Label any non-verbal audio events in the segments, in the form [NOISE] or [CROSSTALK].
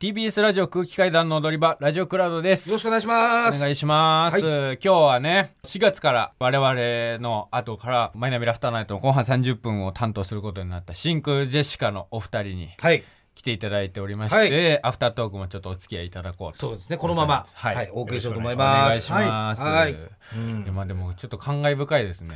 TBS ラジオ空気階段の踊り場ラジオクラウドですよろしくお願いしますお願いします、今日はね4月から我々の後からマイナビラフターナイトの後半30分を担当することになった真空ジェシカのお二人にはい来ていただいておりまして、アフタートークもちょっとお付き合いいただこうとそうですねこのままはい、はいお送りしようと思いますよろしくお願いします、はいはいいやまあでもちょっと感慨深いですね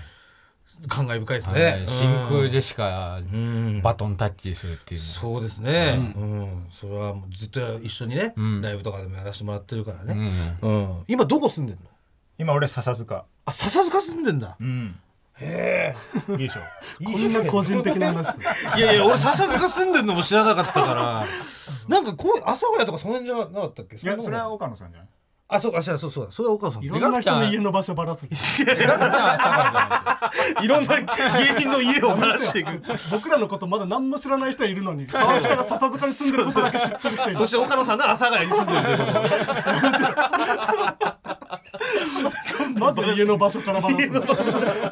感慨深いですはねい真空ジェェシカうんバトンタッチするっていうの [LAUGHS] はそうですねうんそれはもうずっと一緒にねんライブとかでもやらせてもらってるからうねんうん今どこ住んでんの今俺笹塚あ笹塚住んでんだうんへいいでしょこんな個人的な [LAUGHS] 話するえいやいや俺笹塚住んでんのも知らなかったからなんかこう阿佐ヶ谷とかその辺じゃなかったっけいやそれはんなことない岡野さんじゃないあそうかそうだそうだそれは岡野さんいいろんな人の家の場所ばらす [LAUGHS] ろんな芸人の家をばらしていく僕らのことまだ何も知らない人いるのに川北が笹塚に住んでることだけ知ってる人いるそして岡野さんが阿佐ヶ谷に住んでるということまず家の場所からばらす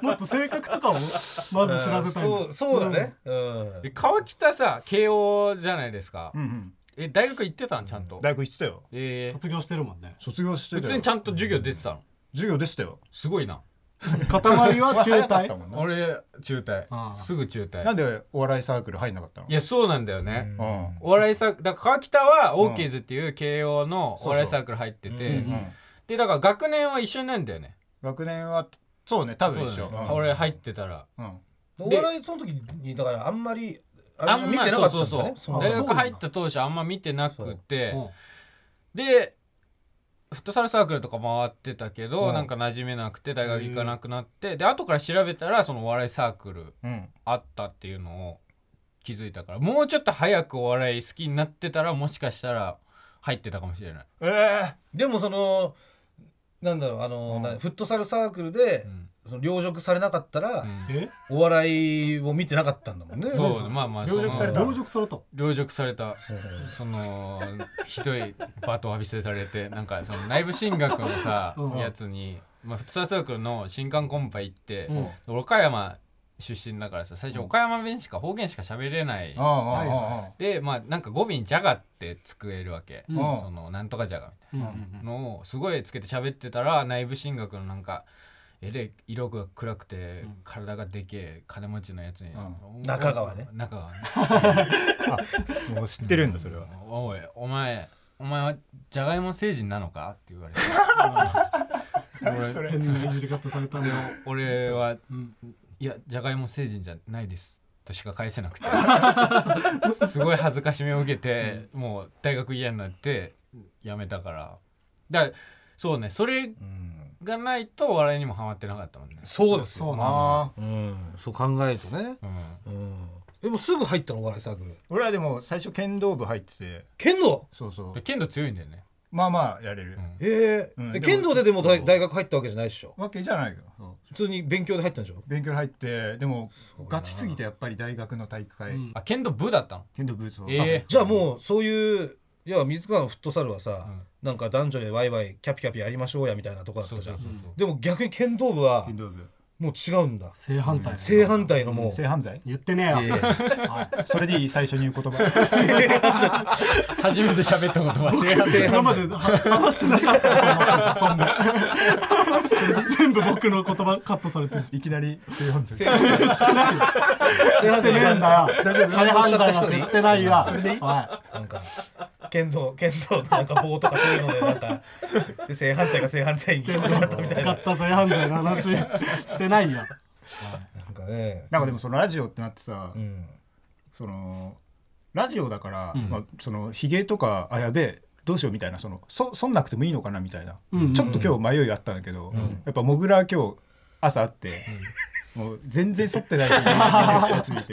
もっと性格とかをまず知らせたいそうそうだねうんえ川北さ慶応じゃないですか、うんうんえ大学行ってたんちゃんと、大学行ってたよえー卒業してるもんね卒業してた普よ通にちゃんと授業出てたの授業でしたよすごいな塊は中早かっ退たもんね俺中あ退あすぐ中な退んでお笑いサークル入んなかったのいやそうなんだよね、うんお笑いサークルだから川北はオーケーズっていう慶応のお笑いサークル入っててうんでだから学年は一緒になんだよね学年はそうね多分一そ緒うだねうん俺入ってたらうんおで笑いその時にだからあんまりああれん見まてりなそうかったんそうだそうねの大時学入った当初あんま見てなくてうんでフットサルサークルとか回ってたけど、うんなんか馴染めなくて大学行かなくなってで後から調べたらそのお笑いサークルうんあったっていうのを気づいたからもうちょっと早くお笑い好きになってたらもしかしたら入ってたかもしれない、ええでもそのなんだろうあの、なフットサルサークルで、うんその凌辱されなかったら、うんえお笑いを見てなかったんだもんねそうねまあまあそ凌辱されたの [LAUGHS] 同族された凌辱されたそのひどいバトンを浴びせられてなんかその内部進学のさうんやつに、まあ、フットサルサークルの新刊コンパ行って、うん俺岡山出身だからさ最初岡山弁しか方言しか喋れない、あああはいあでまあなんか語尾に「じゃが」ってつくえるわけ、うんそのなんとかじゃがみたうんうんいなのをすごいつけて喋ってたら内部進学のなんかえれ色が暗くて体がでけえ金持ちのやつに、う中川ね中川ねあもう知ってるんだそれはおいお前お前はじゃがいも星人なのかって言 [LAUGHS] われてそれ変ないじり方されたの俺はうんいやじゃがいも星人じゃないですとしか返せなくて [LAUGHS] すごい恥ずかしめを受けて、もう大学嫌になって辞めたからだからそうねそれうんがないと笑いにもハマってなかったもんね、そうですそようなんだああうん、そう考えるとね、うん、うん、でもすぐ入ったのお笑いサークル俺はでも最初剣道部入ってて剣道そうそでう剣道強いんだよねまあまあやれるんええうんででも剣道ででも大大学入ったわけじゃないでしょわけじゃないけどそう普通に勉強で入ったんでしょ勉強入ってでもガチすぎてやっぱり大学の体育会うんあ剣道部だったの剣道部そうええじゃあもうそういう要は水川のフットサルはさ、うんなんか男女でワイワイキャピキャピやりましょうやみたいなとこだっそたうそじゃうんそうそうでも逆に剣道部は剣道部もう違うんだ正反対正反対のもう、性犯罪言ってねえよはいそれでいい最初に言う言葉初めて喋った言葉正反対正今反ま対で話してなかったと思ってたそんな [LAUGHS] 全部僕の言葉カットされてるいきなり性犯罪正反対正反対大丈夫言ってねえんだよ大反応し反ちゃった対人なでんていい言ってないよそれでいいおいなんか剣道剣道のなんか棒とかそういうのでなんかで正反対が正反対に聞こえちゃったみたい使なった正犯罪の話してないよなんかねなんかでもそのラジオってなってさうんそのラジオだから、まあ、そのひげとかあやべえどうしようみたいなそのそそんなくてもいいのかなみたいな、うんうんちょっと今日迷いがあったんだけど、やっぱモグラ今日朝会って、もう全然剃ってないやつ見て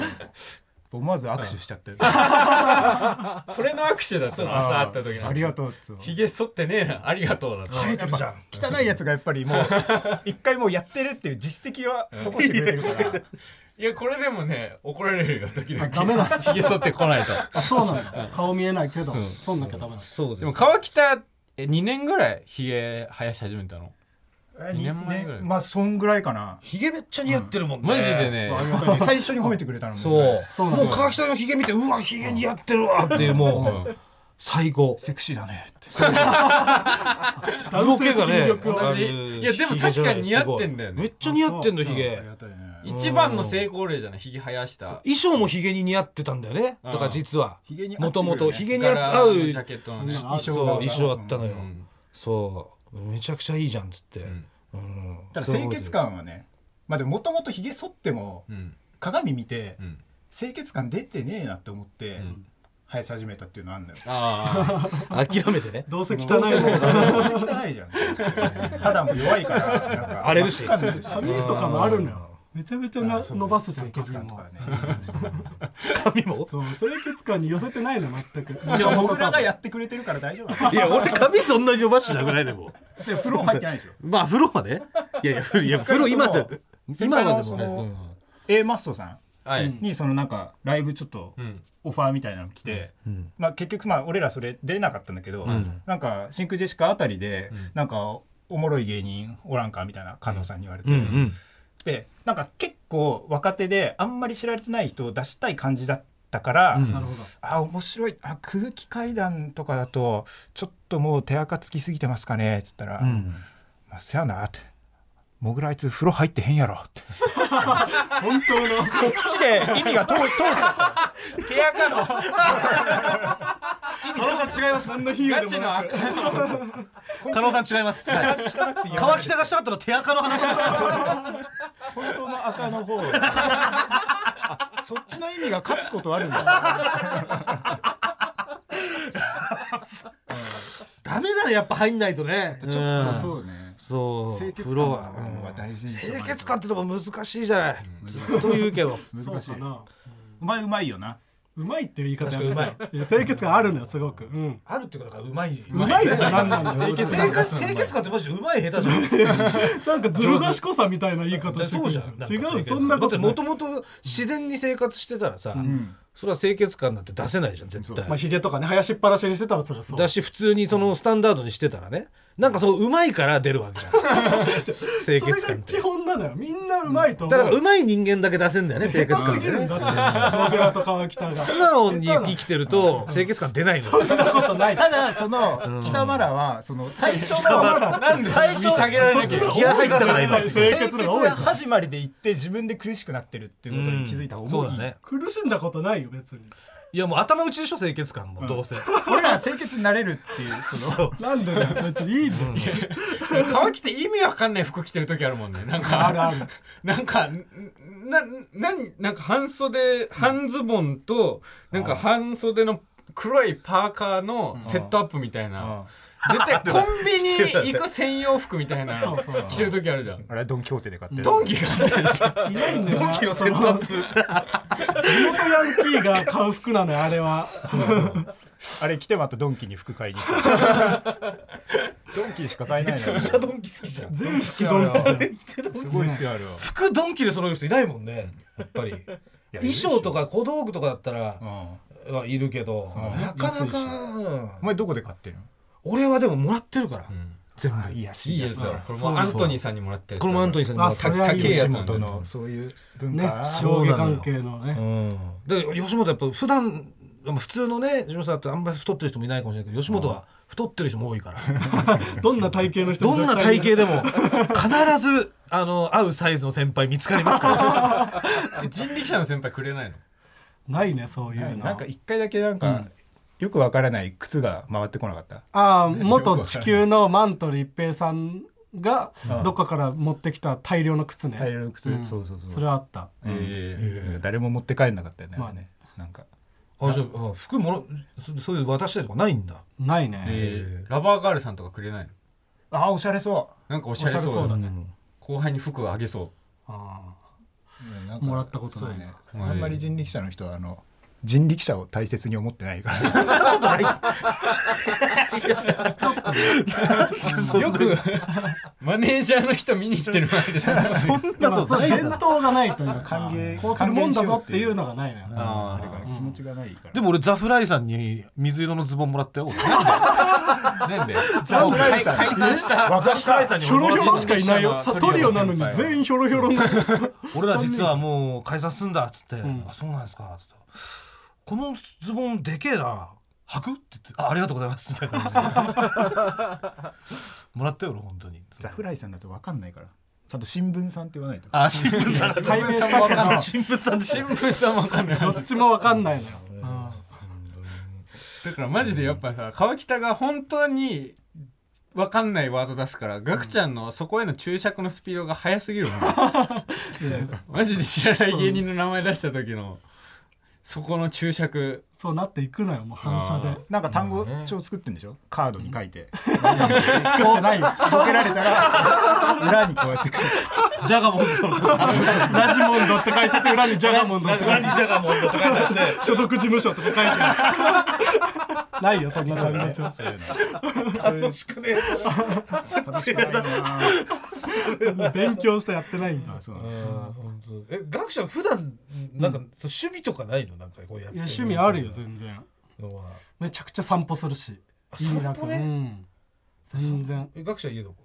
思わず握手しちゃって、 [LAUGHS] それの握手だったの朝会った時のありがとうっつうのひげ剃ってねえなありがとうだった生えてるじゃん汚いやつがやっぱりもう一回もうやってるっていう実績は残してくれてるからいやこれでもね怒られるよ時々ダメだひげ剃ってこないとあそうなんだ顔見えないけどそんなきゃダメだそうででもす川北え2年ぐらいひげ生やし始めたの2年前ぐらいまあそんぐらいかな、ひげめっちゃ似合ってるもんねマジでねありがたいね最初に褒めてくれたのもそうそうなのもう川北のひげ見てうわひげ似合ってるわっていうもううん最後セクシーだねって動きがね男性の魅力をあるいやでも確かに似合ってんだよねめっちゃ似合ってんのヒゲありがたいね一番の成功例じゃないひげ生やした衣装もヒゲに似合ってたんだよねだから実はヒゲに合ってるよねもともとヒゲに柄合うのジャケットのね衣装衣装そうが衣装あったのよ、うんそうめちゃくちゃいいじゃんっつって、んうんただ清潔感はねまあでももともとひげ剃ってもうん鏡見てうん清潔感出てねえなって思ってん生やし始めたっていうのあんだよあ諦めてね [LAUGHS] どうせ汚いもの汚いじゃん肌も弱いからなんか荒れるし真っ赤になるし髪とかもあるのよめちゃめちゃな伸ばすじゃん清結潔感ともかね髪もそう清潔感に寄せてないの全くでも僕らがやってくれてるから大丈夫なのいや俺髪そんなに伸ばしてなくないでもそれ風呂入って [LAUGHS] ないでしょまあ風呂はねいやいや風呂いや風呂今だって先今輩はのでそものね、 A マッソさんあはいにそのなんかライブちょっとうんオファーみたいなの来て、うんまあ、結局まあ俺らそれ出れなかったんだけど、んなんか真空ジェシカあたりで、んなんかおもろい芸人おらんかみたいな加納さんに言われて、うんうんでなんか結構若手であんまり知られてない人を出したい感じだったから、うんなるほどあ面白いあ空気階段とかだとちょっともう手垢つきすぎてますかねっつったらう「んまあ、せやな」って「もぐらあいつ風呂入ってへんやろ」って本当のそっちで意味が通通っちゃ手垢の加納さん違います何の比喩でもガチの赤加納さん違いますはいった川北がした後の手垢の話ですか本当の赤 [LAUGHS] の方あそっちの意味が勝つことあるんだダメだねやっぱ入んないとねちょっとそうねそう清潔風呂感はうんは大事にし清よう潔感ってのも難しいじゃないずっと言うけどそうかなお前うまいよなうまいっていう言い方やめ確ていや清潔感あるのよすごくうんあるってことがうまいうまいって何なんだ清よ潔清潔感ってマジでうまい下手じゃんなんかずる賢さみたいな言い方してくそうるじじゃゃんん違うそんなことだなっいてもともと自然に生活してたらさ、それは清潔感なんて出せないじゃん絶まあ対ひげとかね生やしっぱなしにしてたらそれはそうだし普通にそのスタンダードにしてたらねなんかそのうまいから出るわけ [LAUGHS] じゃん清それ潔が感って基本なのよみんなうまいと思だからううまい人間だけ出せんだよね清潔下感っ手すぎてるんねだってモグラと川北が素直に生きてると清潔感出ないのよそんなことないただその貴様らはその [LAUGHS] 最初のなんで最初下げられなきゃ気合入ったから今清清潔潔の方が多いが始まりで行って自分で苦しくなってるっていうことに気づいた方そうがだいいね苦しんだことないよ別にいやもう頭打ちでしょ清潔感もどうせ俺らは清潔になれるっていうそそうなんでだよ別にいいんだよ川着て意味わかんない服着てる時あるもんねなんかあるある [LAUGHS] なんかんなななんか半袖半ズボンとなんか半袖の黒いパーカーのセットアップみたいのうなん絶対コンビニ行く専用服みたいなそうそうそう [LAUGHS] 着てる時あるじゃんあれはドン・キホーテで買ってドンキがあっていないんだよなキのそセッのトアッ地プ元ヤンキーが買う服なのよあれはあれ来てまたドンキに服買いに行ったドンキしか買えないめちゃのめよちゃドンキ好きじゃん [LAUGHS] 全部服ドンキじゃんすごい好きあるわ服ドンキで揃える人いないもんねやっぱり衣装とか小道具とかだったらう、んはいるけどうなかな安いかしお前どこで買ってるの俺はでももらってるから、全部いいやついいやつだろこれもアントニーさんにもらったやつこれもアントニーさんにもらったあそれはいい高えや吉つ本のそういう文ね化上下関係のねうん、で吉本やっぱ普段普通のね吉本さんってあんまり太ってる人もいないかもしれないけど吉本は太ってる人も多いからどんな体型の人どもんな絶対体い型るでも必ずあの合うサイズの先輩見つかります [LAUGHS] から人力車の先輩くれないのないねそういうのなんか一回だけなんかよくわからない靴が回ってこなかったああ元地球のマントル一平さんがうんどっかから持ってきた大量の靴大量ねの靴そうそうそそれうはあったえうん誰も持って帰んなかったよねまああれねなんかあじゃああ服もらそそういう渡したりとかないんだないえねええラバーガールさんとかくれないのあおしゃれそなんかおしゃれおしゃれそそううだだねね後輩に服あげそうああうなんかもらったことないそうねはいあんまり人力車の人はあの人力車を大切に思ってないからよくマネージャーの人見に来てる前ででもそう返答がないというか歓迎こうするもんだぞっていうのがないのよあー気持ちがないからでも俺ザ・フライさんに水色のズボンもら [LAUGHS] ったよ俺なんでザブライさん解散したわかったさんにヒョもロヒョロらっしたかいないようんサトリオなのに全員ヒョロヒョロなの俺ら実はもう解散すんだっつって「んあそうなんですか」っつって「このズボンでけえな履く?」って言ってあ「ありがとうございます」みたいな感じでもらったよ俺本当にザフライさんだと分かんないからちゃんと新聞さんって言わないとあ新聞さん解明したけど新聞さんで新聞さんわかんないどっちもわかんないのよだからマジでやっぱさ川北が本当にわかんないワード出すからガクちゃんのそこへの注釈のスピードが速すぎるもんマジで知らない芸人の名前出した時のそこの注釈そうなっていくのよもう反射でなんか単語帳作ってんでしょカードに書いて作ってないよボケられたら裏にこうやって書いてジャガモンドとラジモンドって書いてて裏にジャガモンドって書裏いてにジャガモンドとかなんで所属事務所とか書いてあるないよそんな単語帳そういうの楽しくねえ楽しくないな勉強してやってないんだあそうなんだ本当え学者普段なんか、そう趣味とかないのなんかこうやっいてやる趣味あるよ全然のはめちゃくちゃ散歩するしあ意味なく散歩ねうん全然え学者家どこ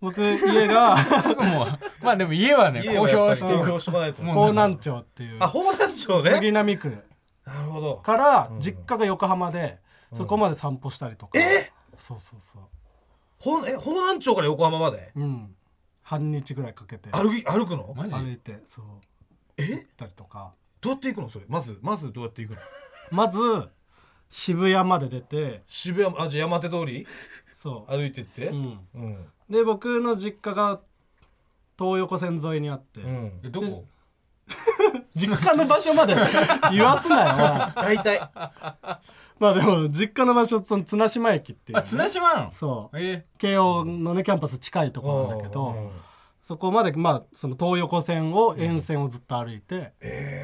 僕家 [LAUGHS] が僕もまあでも家はね家公はやっぱ表りして公表しとかないともう江南町っていうあ方南町杉ね並区なるほどから実家が横浜でそこまで散歩したりとかえそうそうそ方え方南町から横浜までううん半日ぐらいかけて歩き歩くのマジ歩いてそう行ったりとかどうやって行くのそれまずまずどうやって行くのまず渋谷まで出て渋谷あじゃあ山手通りそ歩いてってう、うん、うんうんで僕の実家が東横線沿いにあって、えどこ実家の場所まで言わすなよおい [LAUGHS] 大体まあでも実家の場所その綱島駅っていう、あ綱島なのそうえ慶応のねキャンパス近いところなんだけど、そこまでまあその東横線を沿線をずっと歩いて、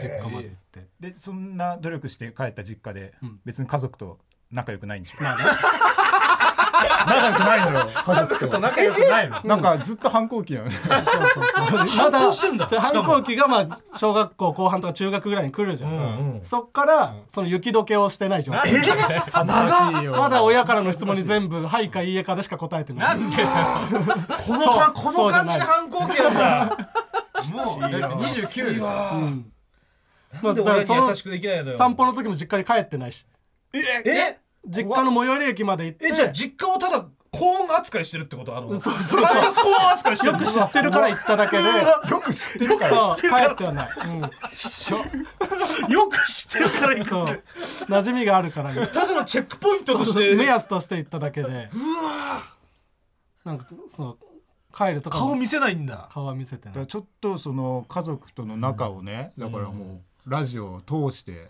実家まで行って、でそんな努力して帰った実家で別に家族と仲良くないんでしょ仲良くないのよ家族と仲良くない [LAUGHS] のなんかずっと反抗期なのそうそうそうま反抗だしてんだじゃあしか反も抗期がまあ小学校後半とか中学ぐらいに来るじゃん、うんうんそっからその雪解けをしてない状態恥ずかしいよまだ親からの質問に全部「はい」か「いいえ」かでしか答えてないなんでだよこのかそこうの感じでそうじゃない反抗期なんだもうだって29だようんなんでまあ親だからに優しくできないのよ散歩の時も実家に帰ってないしえ実家の最寄り駅まで行ってえじゃあ実家をただ高温扱いしてるってことあのそうそうそうサーカス高温扱いしてるよく知ってるから行った [LAUGHS] だけでよく知ってるからそう帰ってはない、 [LAUGHS] よく知ってるからう行ん、くそう馴染みがあるからただのチェックポイントとして目安として行っただけでなんかその帰るとか顔も見せないんだ顔は見せてだなからいちょっとその家族との仲をね、だからもうラジオを通して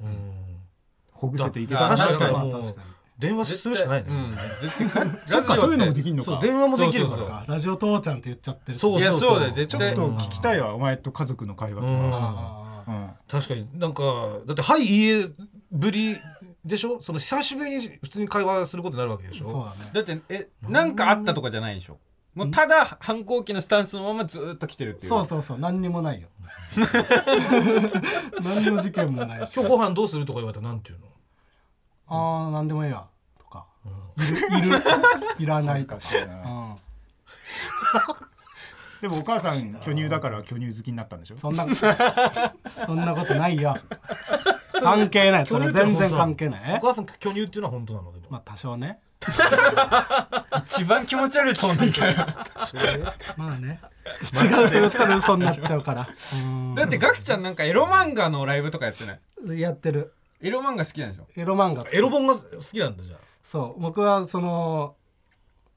ほぐせていけただら確かにもう確かに電話するしかないねうん絶対そっかそういうのもできんのそうか電話もできるかそうそうらラジオ父ちゃんって言っちゃってるしそういやそうだよ絶ちょっ対と聞きたいわお前と家族の会話とうんか、あうん確かになんかだって「はい家ぶり」でしょその久しぶりに普通に会話することになるわけでしーそうょだねだってえなんかあったとかじゃないでしょもうただ反抗期のスタンスのままずーっと来てるっていうそうそうそう何にもないよ [LAUGHS] 何の事件もないし今日ご飯どうするとか言われたらなんていうのああ何でもいいやとか、いるいるいらないとか、うん、でもお母さん巨乳だから巨乳好きになったんでしょそんなそんなことないよ関係ないそれ全然関係ないおえ母さん巨乳っていうのは本当なのでもまあ多少ね一番気持ち悪い飛んでいたよまあね [LAUGHS] 違うと言ったら嘘になっちゃうからだってガクちゃんなんかエロ漫画のライブとかやってないうんやってるエロ漫画好きなんでしょエロ漫画好きエロ本が好きなんだじゃあそう僕はその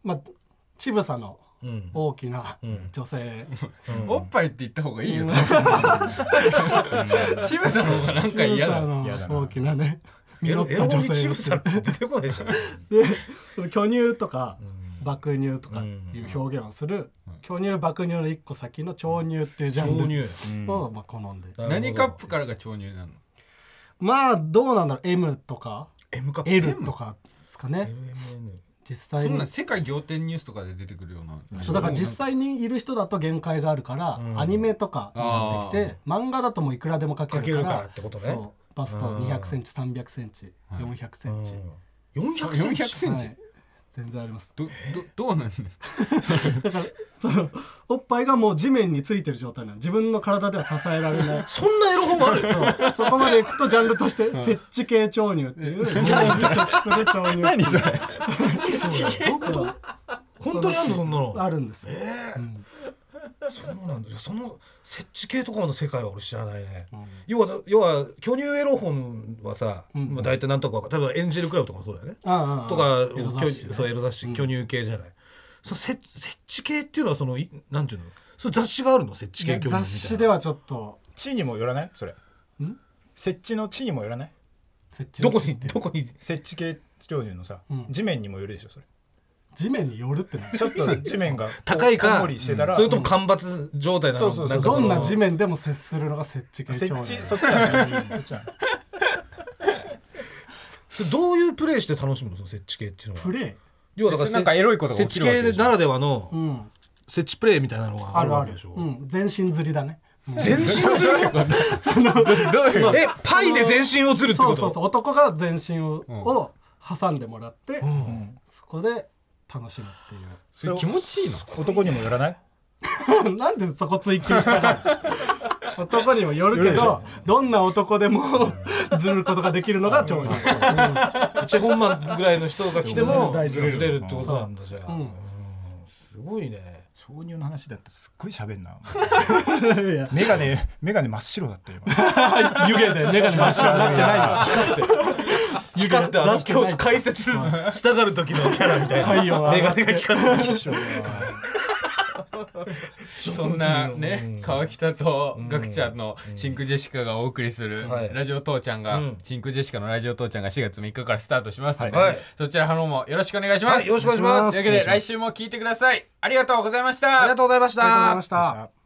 まあちぶさのうん大きな女性、おっぱいって言った方がいい [LAUGHS] よチブさんの方がなんかちぶ嫌さだの嫌だな大きなねエ実ロっエたロ女本にチ性ブさんって出てこないでしょでその [LAUGHS] 巨乳とか爆乳とかいう表現をする巨乳爆乳の一個先の長乳っていうジャ購ンル入をまあ好んでる何カップからが調乳なのまあどうなんだろう M とか M カップ L とかですかね MMN 実際そんになん世界仰天ニュースとかで出てくるようなそうだから実際にいる人だと限界があるから、アニメとかになってきて漫画だともういくらでも描け描けるるからからってことねそうバスト2 0 0センチ3 0 0センチ4 0 0センチ、 400 400センチはい全然ありますどどどうなんだからそのおっぱいがもう地面についてる状態なの自分の体では支えられ [LAUGHS] ないそんなエロ本ある [LAUGHS] そうそこまでいくとジャンルとして設置系調乳って [LAUGHS] いう人間に接する調乳何それどういうこと本当にあんのそんなのあるんですよ、うんそうなんだよその設置系とかの世界は俺知らないね、要は要は巨乳エロ本はさ、まあ、大体なんとかわか例えばエンジェルクラブとかもそうだよね、ああああとかエロ雑誌ね巨そうエロ雑誌巨乳系じゃない、そう設設置系っていうのはそのいなんていうのそれ雑誌があるの設置系巨乳みたいな雑誌ではちょっと地にもよらないそれ設置の地にもよらない設置どのこにどこに設置系調理のさ、うん地面にもよるでしょそれ地面によるってなちょっと地面が高いかこんもりしてたら、それとも干ばつ状態なのそうそうそうなかどんな地面でも接するのが設置系設調置理そっちなんだよそっちなんだよそれどういうプレイして楽しむのその設置系っていうのプはレ要それなんかエロいことが設起きる置わけ系でしょならではイ、うのん、設置プレイみたいなのがああるるあわけるでしょ、うん、全身釣りだね、うん全身するどういうえパイで全身をずるってそこうそうとそう男が全身を,、うんを挟んでもらって、そこで楽しむっそれ気持ちいいの男にもよらないていう [LAUGHS] なんでそこ追求した [LAUGHS] かった男にもよるけどどんな男でも [LAUGHS] ずることができるのが調理チェホンマンぐらいの人が来て [LAUGHS] も大ず事れるってことなんだじゃあ、うんうんすごいね挿入の話だってすっごい喋んな [LAUGHS] [LAUGHS] いやメガネメガネ真っ白だったよ今湯気で眼鏡真っ白になってない光ってあの出してない今日解説したがる時のキャラみた太い陽なはメガネが光ってる一緒だよそんなね川北とガクちゃんのシンクジェシカがお送りするはいラジオ父ちゃんが、うんシンクジェシカのラジオ父ちゃんが4月3日からスタートしますので、はいそちらの方もよろしくお願いします、はいよろしくお願いしますというわけで来週も聞いてくださいありがとうございましたありがとうございましありがとうございたました